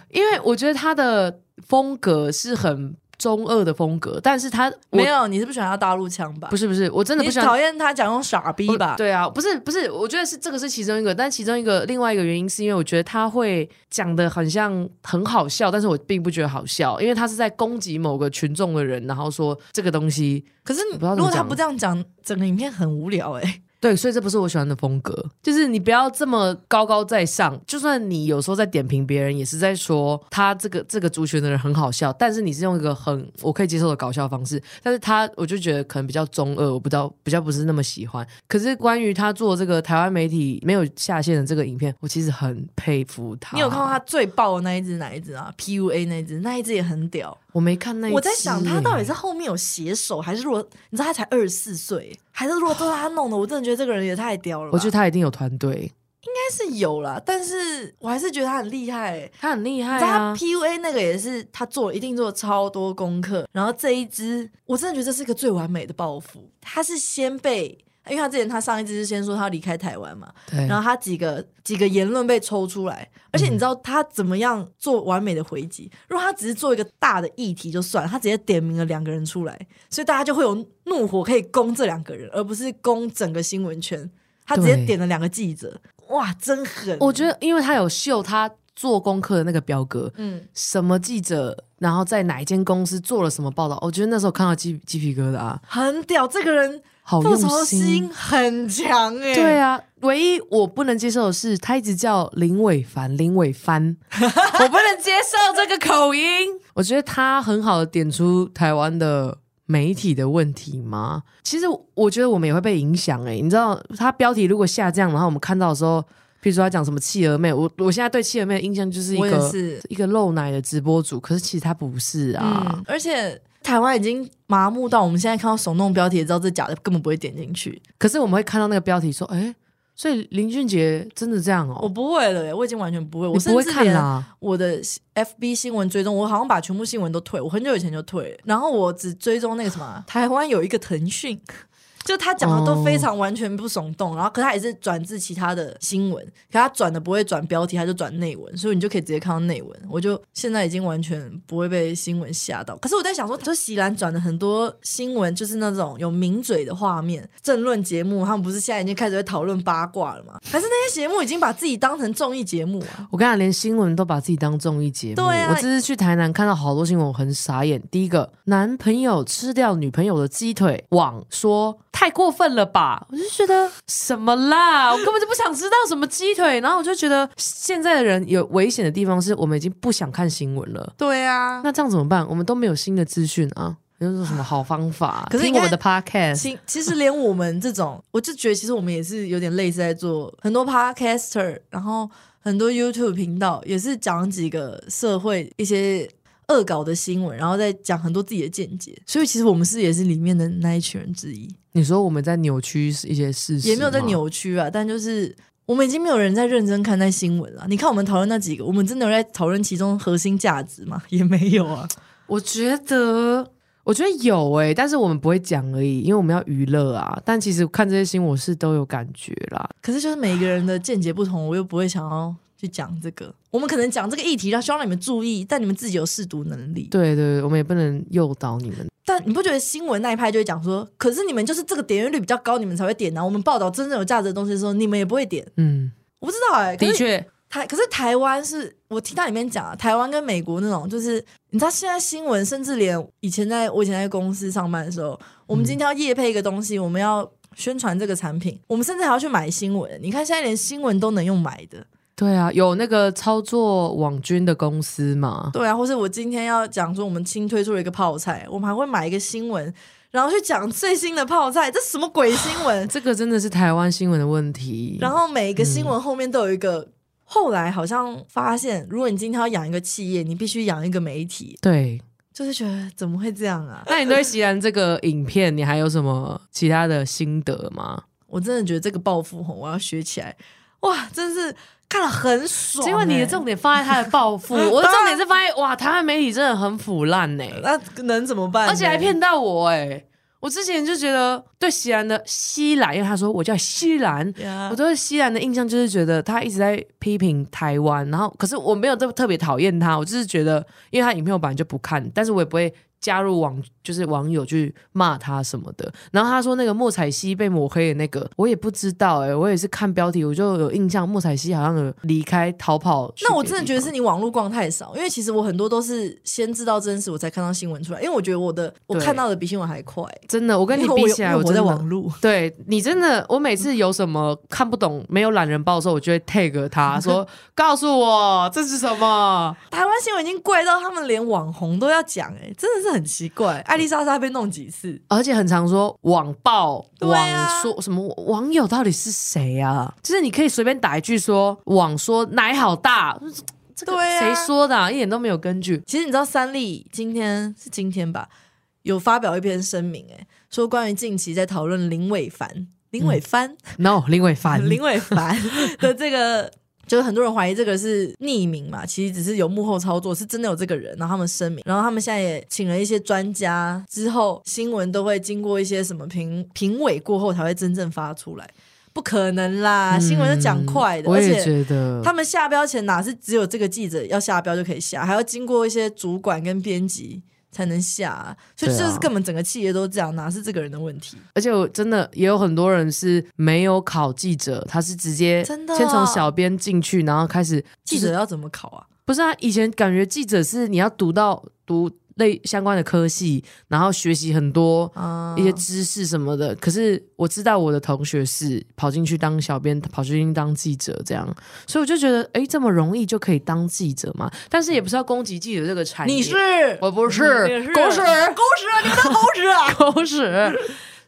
因为我觉得他的风格是很中二的风格，但是他我
没有，你是不喜欢他大陆腔吧？
不
是，
是不是，我真的
你
不喜欢。
讨厌他讲用傻逼吧？
对啊，不是不是，我觉得是这个是其中一个，但其中一个另外一个原因是因为我觉得他会讲的很像很好笑，但是我并不觉得好笑，因为他是在攻击某个群众的人，然后说这个东西
可是你
不知道怎
如
么
果他
讲
不这样讲，整个影片很无聊哎、
对，所以这不是我喜欢的风格，就是你不要这么高高在上。就算你有时候在点评别人，也是在说他这个这个族群的人很好笑，但是你是用一个很我可以接受的搞笑方式，但是他我就觉得可能比较中二，我不知道比较不是那么喜欢。可是关于他做这个台湾媒体没有下线的这个影片，我其实很佩服他。
你有看过他最爆的那一只哪一只啊？PUA 那一只，那一只也很屌。
我没看那一集耶，
我在想他到底是后面有携手，还是如果你知道他才二十四岁，还是如果都是他弄的，我真的觉得这个人也太屌了吧。
我觉
得
得他一定有团队，
应该是有啦，但是我还是觉得他很厉害、欸。
他很厉害
你知道他
啊。
PUA 那个也是他做，一定做超多功课。然后这一支，我真的觉得这是个最完美的报复。他是先被，因为他之前他上一支是先说他要离开台湾嘛，
对，
然后他几个几个言论被抽出来，而且你
嗯
知道他怎么样做完美的回击？如果他只是做一个大的议题就算了，他直接点名了两个人出来，所以大家就会有怒火可以攻这两个人，而不是攻整个新闻圈。他直接
对
点了两个记者，哇，真狠！
我觉得，因为他有秀他做功课的那个表格，
嗯，
什么记者，然后在哪一间公司做了什么报道，我觉得那时候看到鸡鸡皮疙瘩、啊
很屌，这个人
好
复
用
仇
心
心。很强哎、
对啊，唯一我不能接受的是，他一直叫林伟凡，林伟帆，我不能接受这个口音。我觉得他很好的点出台湾的媒体的问题嘛。其实我觉得我们也会被影响哎、你知道他标题如果下这样，然后我们看到的时候，譬如说他讲什么企鹅妹，我我现在对企鹅妹的印象就是一
我也
个
是
一个露奶的直播主，可是其实他不是啊。
嗯，而且台湾已经麻木到我们现在看到耸动标题也知道这假的，根本不会点进去。
可是我们会看到那个标题说，哎、所以林俊杰真的这样哦、
我不会了、欸，我已经完全不会，我
你
甚
不会
至
看
连
啦。
我的 FB 新闻追踪，我好像把全部新闻都退，我很久以前就退了。然后我只追踪那个什么啊，台湾有一个腾讯， 就他讲的都非常完全不耸动，然后可他也是转至其他的新闻，可他转的不会转标题，他就转内文，所以你就可以直接看到内文。我就现在已经完全不会被新闻吓到。可是我在想说，就席兰转的很多新闻，就是那种有名嘴的画面，政论节目，他们不是现在已经开始在讨论八卦了吗？还是那些节目已经把自己当成综艺节目啊？
我跟你讲，连新闻都把自己当综艺节目。
对啊
我这次去台南看到好多新闻，我很傻眼。第一个，男朋友吃掉女朋友的鸡腿，网说太过分了吧？我就觉得什么啦，我根本就不想知道什么鸡腿。然后我就觉得现在的人有危险的地方是我们已经不想看新闻了。
对啊，
那这样怎么办？我们都没有新的资讯啊。有什么好方法？
可是
听
你
我
看
们的 podcast，
其其实连我们这种， 我就觉得其实我们也是有点类似在做很多 podcaster，然后很多 YouTube 频道也是讲几个社会一些恶搞的新闻，然后再讲很多自己的见解。所以其实我们是也是里面的那一群人之一，
你说我们在扭曲一些事实，
也没有在。扭曲啊，但就是。我们已经没有人在认真看待新闻了。你看，我们讨论那几个，我们真的有在讨论其中核心价值吗？也没有啊。
我觉得，我觉得有诶、但是我们不会讲而已，因为我们要娱乐啊。但其实看这些新闻，我是都有感觉啦。
可是就是每个人的见解不同，我又不会想要去讲这个。我们可能讲这个议题，然后希望你们注意，但你们自己有试读能力。
对对对，我们也不能诱导你们。
但你不觉得新闻那一派就会讲说，可是你们就是这个点阅率比较高，你们才会点啊。我们报道真正有价值的东西的时候，你们也不会点。
嗯，
我不知道哎、可
的
是
确，
台可是台湾是我听到里面讲啊，台湾跟美国那种，就是你知道现在新闻，甚至连以前在我以前在公司上班的时候，我
嗯
们今天要业配一个东西，我们要宣传这个产品，我们甚至还要去买新闻。你看现在连新闻都能用买的，
对啊，有那个操作网军的公司嘛？
对啊，或是我今天要讲说我们新推出了一个泡菜，我们还会买一个新闻，然后去讲最新的泡菜，这什么鬼新闻？
这个真的是台湾新闻的问题。
然后每一个新闻后面都有一个。后来好像发现，如果你今天要养一个企业，你必须养一个媒体，
对，
就是觉得怎么会这样啊？
那你对席兰这个影片，你还有什么其他的心得吗？
我真的觉得这个暴富吼，我要学起来，哇，真是看了很爽、欸。
结果你的重点放在他的报 复，我的重点是放在哇，台湾媒体真的很腐烂欸呢、
那能怎么办呢？
而且还骗到我哎、我之前就觉得对西兰的西兰，因为他说我叫西兰，
呀，
我对西兰的印象就是觉得他一直在批评台湾，然后可是我没有特特别讨厌他，我就是觉得因为他影片我本来就不看，但是我也不会加入网就是网友去骂他什么的。然后他说那个莫彩希被抹黑的那个，我也不知道哎、我也是看标题我就有印象，莫彩希好像有离开逃跑去别地方。
那我真的觉得是你网络逛太少，因为其实我很多都是先知道真实，我才看到新闻出来。因为我觉得我的我
对
看到的比新闻还快，
真的，我跟你
因为
比
我有
起来，
因为我
真
在
的
网络。
对你真的，我每次有什么看不懂、没有懒人包的时候，我就会 tag 他说：“告诉我这是什么
台湾新闻已经怪到他们连网红都要讲，哎，真的是很奇
嗯
怪。艾丽莎莎被弄几次？”？
而且很常说网暴、
对啊
网说什么网友到底是谁啊？就是你可以随便打一句说“网说奶好大”，这个
对啊
谁说的、啊？一点都没有根据。
其实你知道三立今天是今天吧，有发表一篇声明、哎，说关于近期在讨论林伟凡、林
嗯
伟帆、
No，林伟凡，
林伟凡的这个。就是很多人怀疑这个是匿名嘛，其实只是有幕后操作，是真的有这个人，然后他们声明，然后他们现在也请了一些专家，之后新闻都会经过一些什么评评委过后才会真正发出来，不可能啦，新闻是讲快的，
嗯我
而
也
且
觉得
他们下标前哪是只有这个记者要下标就可以下，还要经过一些主管跟编辑才能下、所以
对啊
就是根本整个企业都这样，哪是这个人的问题？
而且我真的也有很多人是没有考记者，他是直接
真的
先从小编进去，然后开始
记者要怎么考啊？
不是啊，以前感觉记者是你要读到读类相关的科系，然后学习很多
啊、
一些知识什么的。可是我知道我的同学是跑进去当小编，跑进去当记者这样，所以我就觉得，哎，这么容易就可以当记者吗？但是也不是要攻击记者这个产业，
你是
我不
你嗯也
是
是啊
狗屎
狗屎，你们的狗屎 啊！
狗屎。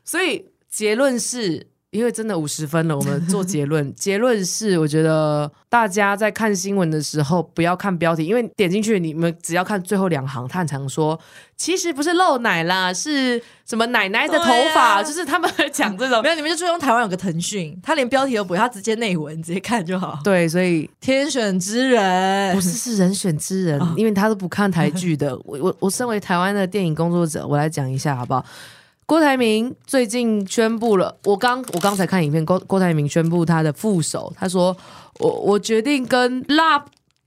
所以结论是，因为真的五十分了，我们做结论。结论是，我觉得大家在看新闻的时候，不要看标题，因为点进去你们只要看最后两行，他很常说，其实不是漏奶啦，是什么奶奶的头发，
对啊
就是他们会讲这种
没。有，你们就追踪台湾有个腾讯，他连标题都不会，他直接内文直接看就好。
对，所以
天选之人
不是是人选之人，因为他都不看台剧的。我我我身为台湾的电影工作者，我来讲一下好不好？郭台铭最近宣布了，我刚我刚才看影片，郭郭台铭宣布他的副手，他说我我决定跟拉。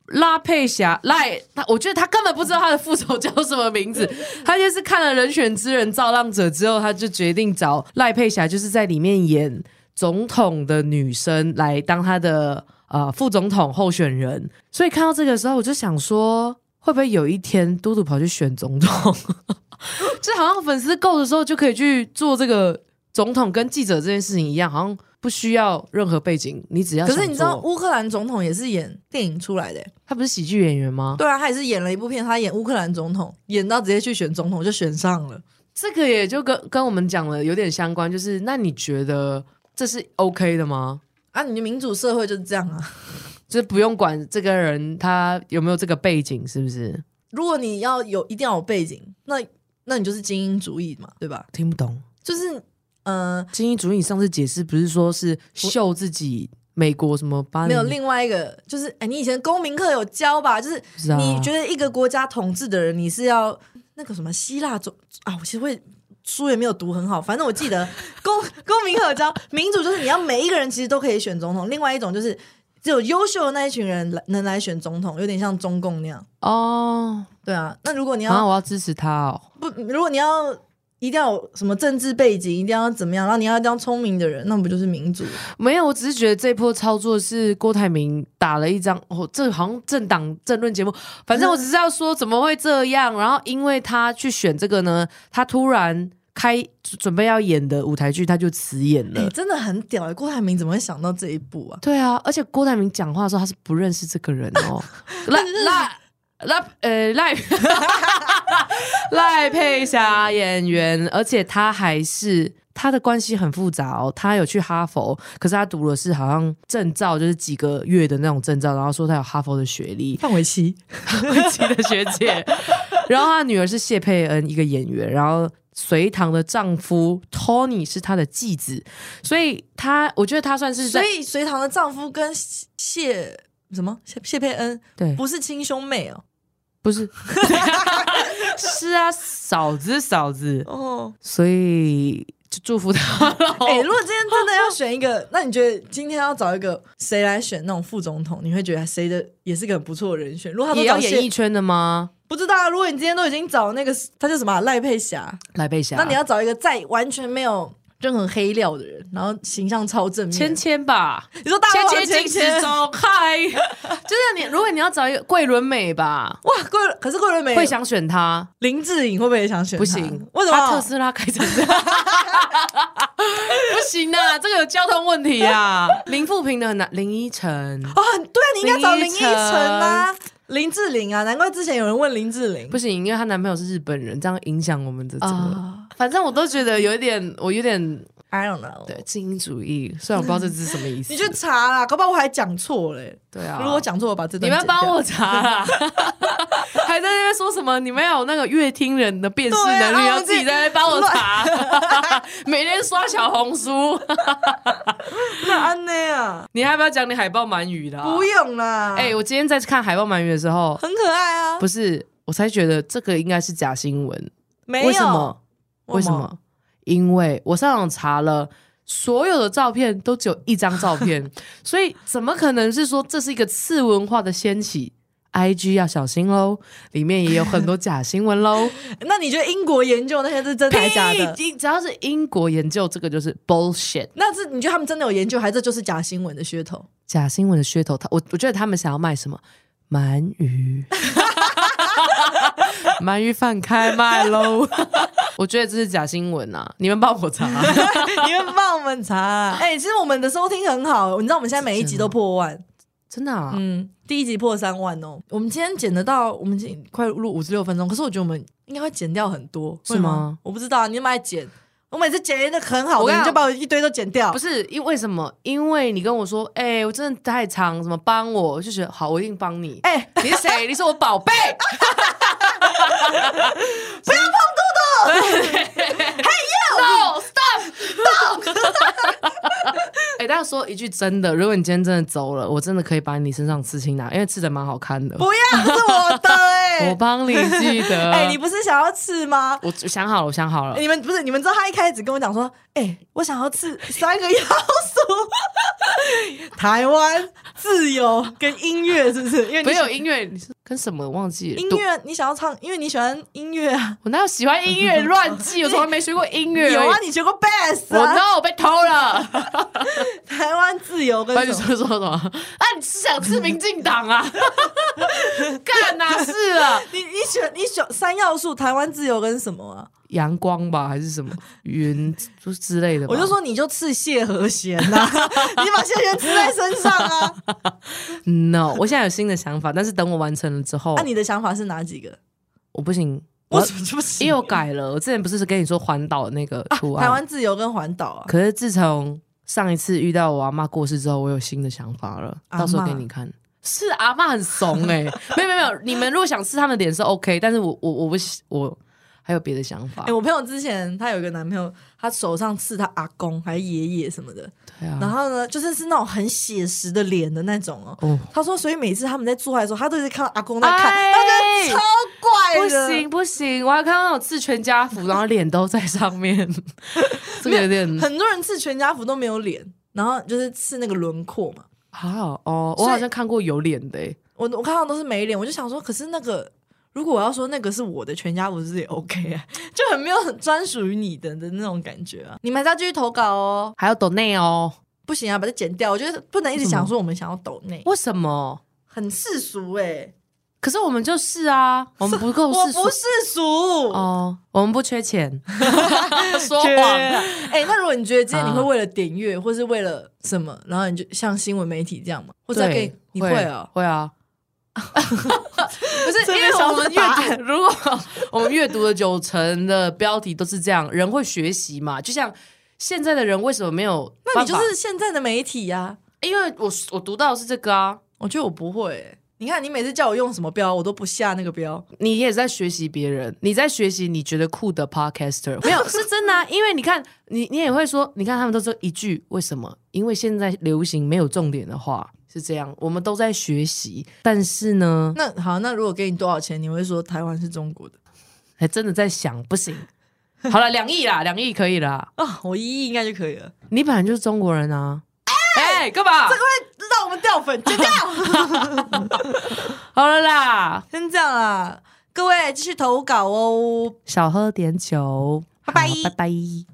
拉佩霞赖他，我觉得他根本不知道他的副手叫什么名字。他就是看了《人选之人》《造浪者》之后，他就决定找赖佩霞，就是在里面演总统的女生来当他的呃副总统候选人。所以看到这个时候，我就想说，会不会有一天嘟嘟跑去选总统？ 就好像粉丝够的时候就可以去做这个总统跟记者这件事情一样，好像不需要任何背景，你只要
可是
想
你知道
做
乌克兰总统也是演电影出来的、
他不是喜剧演员吗？
对啊，他也是演了一部片，他演乌克兰总统，演到直接去选总统就选上了。
这个也就跟跟我们讲了有点相关，就是那你觉得这是 OK 的吗？
啊，你的民主社会就是这样啊。
就是不用管这个人他有没有这个背景，是不是？
如果你要有一定要有背景，那那你就是精英主义嘛，对吧？
听不懂。
就是呃，
精英主义上次解释不是说是秀自己美国什么八零
没有另外一个，就是哎、你以前公民课有教吧？就是
是啊
你觉得一个国家统治的人，你是要那个什么希腊总啊？我其实会。书也没有读很好，反正我记得 公公民课有教，民主就是你要每一个人其实都可以选总统。另外一种就是只有优秀的那一群人来能来选总统，有点像中共那样。
哦，
对啊，那如果你要、
然后我要支持他哦。
不，如果你要一定要有什么政治背景，一定要怎么样，然后你要当聪明的人，那不就是民主？
没有，我只是觉得这波操作是郭台铭打了一张哦，这好像政党政论节目，反正我只是要说怎么会这样。然后因为他去选这个呢，他突然开准备要演的舞台剧，他就辞演
哎、
了。
真的很屌哎、郭台铭怎么会想到这一步啊？
对啊，而且郭台铭讲话的时候，他是不认识这个人 哦。赖赖赖呃赖 赖佩霞演员，而且他还是他的关系很复杂哦。他有去哈佛，可是他读的是好像证照，就是几个月的那种证照，然后说他有哈佛的学历，
范玮琪，
围棋的学 姐。然后她女儿是谢佩恩，一个演员。然后隋唐的丈夫 Tony 是她的继子，所以她我觉得她算是在
所以隋唐的丈夫跟谢谢什么谢谢佩恩
对
不是亲兄妹哦。
不是，是啊，嫂子嫂子，
哦，
所以就祝福他喽。
哎、 如果今天真的要选一个，那你觉得今天要找一个谁来选那种副总统？你会觉得谁的也是个很不错的人选？如果他都
也
找
要
谢
演艺圈的吗？
不知道啊。如果你今天都已经找那个，他叫什么啊赖、佩霞，
来贝霞，
那你要找一个再完全没有任何黑料的人，然后形象超正面。
芊芊吧，
你说大
芊
王
芊
芊
金石
芊，
走开。就是你，如果你要找一个桂纶镁吧，
哇，桂纶可是桂纶镁
会想选她。
林志颖会不会也想选他？
不行，
为什
他特
么？
斯拉开成这样？ 不行啊，这个有交通问题啊。林富平的很难，林依晨
啊，对啊，你应该找林依
林依晨
晨啊，林志玲啊，难怪之前有人问林志玲
不行，因为她男朋友是日本人，这样影响我们的这个。
啊，
反正我都觉得有一点，我有点
I don't know。
对，精英主义。虽然我不知道这是什么 意思，
你去查啦，搞不好我还讲错嘞。
对啊，
如果我讲错，我把这
你
段
们
剪掉
帮我查啊啦， 还在那边说什么？你们要有那个乐听人的辨识能
对
力，
啊
要自己在那边帮我查， 每天刷小红书。
那安内 啊，
你还要不要讲你海豹鳗鱼啦？
不用啦。
啊哎、我今天在看海豹鳗鱼的时候，
很可爱啊，
不是，我才觉得这个应该是假新闻。
没有
为什么？为什？么？因为我上网查了，所有的照片都只有一张照 片，所以怎么可能是说这是一个次文化的掀起？IG 要小心喽，里面也有很多假新闻 喽。
那你觉得英国研究那些是真的还是假的？
屁只要是英国研究，这个就是 bullshit
那是你觉得他们真的有研究，还是这就是假新闻的噱头？
假新闻的噱头。他我我觉得他们想要卖什么？鳗 鱼，鳗鱼饭开卖喽！ 我觉得这是假新闻啊！你们帮我查、
你们帮我们查啊！哎、其实我们的收听很好，你知道我们现在每一集都破万，
真的啊？
嗯，第一集破三万哦。我们今天剪得到，我们今天快录五十六分钟，可是我觉得我们应该会剪掉很多，
是
会
吗？
我不知道，你们爱剪，我每次剪的很好
我
的，
跟你
你
讲
就把我一堆都剪掉
不。是因为什么？因为你跟我说，哎、我真的太长，什么帮我，我就觉得好，我一定帮你。
哎、
你是谁？你是我宝贝。 不要碰肚肚！嘿 you！No stop stop！哎，大家说一句真的，如果你今天真的走了，我真的可以把你身上的刺青拿，因为刺的蛮好看的。
不要，这是我的哎、
我帮你记得。
哎、你不是想要吃吗？哎
我我想好了，我想好了。
你们不是你们知道他一开始跟我讲说，哎、我想要吃三个要素， 台湾自由跟音乐是不是？因为你
没有音乐，你是跟什么忘记了？
音
独
乐，你想要唱，因为你喜欢音乐啊，
我哪有喜欢音乐乱记？我从来没学过音乐。
有啊，，你学过 bass
我
啊，
no 被偷了。
台湾自由跟
那你
什么？
说说什么？啊，你是想吃民进党啊？ 干哪是啊？
你你选你选三要素，台湾自由跟什么啊？
阳光吧，还是什么云就之类的吧？
我就说你就吃谢和弦 呐、你把谢和弦吃在身上啊。
no，我现在有新的想法，但是等我完成了之后，
那、啊你的想法是哪几个？
我不行，
我
哦我
怎么就不行
因为我改了。我之前不是跟你说环岛的那个图案，
啊台湾自由跟环岛啊？
可是自从上一次遇到我阿妈过世之后，我有新的想法了，
阿嬷
到时候给你看。是阿妈很怂 哎、没有没有没有，你们如果想吃他们的脸是 OK，但是我我我不喜我还有别的想法。
哎、我朋友之前她有一个男朋友，他手上刺他阿公还爷爷什么的，
对啊，
然后呢，就是是那种很写实的脸的那种哦。
哦，
他说，所以每次他们在做爱的时候，他都是看到阿公在看，
哎
他觉得超怪
不
的。
行不行，我还看到那种刺全家 福，然后脸都在上面，这个有点
很多人刺全家福都没有脸，然后就是刺那个轮廓嘛。
好哦。
所
我
以
好像看过有脸的、欸，
我我看到都是没脸，我就想说，可是那个如果我要说那个是我的全家福是也 OK 啊， 就很没有很专属于你的的那种感觉啊。你们还是要继续投稿哦，
还有抖内哦。
不行啊，把它剪掉。我觉得不能一直想说我们想要抖内，
为什么？
很世俗哎、
可是我们就是啊，我们不够
我
世俗
不哦世俗。
哦，我们不 缺钱，说
缺
谎。
啊哎、那如果你觉得今天
啊
你会为了点阅，或是为了什么，然后你就像新闻媒体这样嘛，或者给
对
你会哦、
会 啊。不是
这
因
边
为
想
我们
不到答
阅读，如果我们阅读的九成的标题都是这样，人会学习嘛？就像现在的人为什么没有
那
办
你
法？
就是现在的媒体呀、
因为我我读到的是这个啊，
我觉得我不会、欸你看，你每次叫我用什么标，我都不下那个标。
你也在学习别人，你在学习你觉得酷的 podcaster，没有是真的、啊，因为你看你你也会说，你看他们都说一句为什么？因为现在流行没有重点的话是这样，我们都在学习，但是呢，
那好，那如果给你多少钱，你会说台湾是中国的
还真的在想不行。好了，两亿啦，两 亿可以啦，
啊？我一亿应该就可以了。
你本来就是中国人啊。哎、干嘛？
让我们掉 粉，就这样，
好了啦，
先这样啦。各位继续投稿哦。
少喝点酒，
拜拜
好拜拜。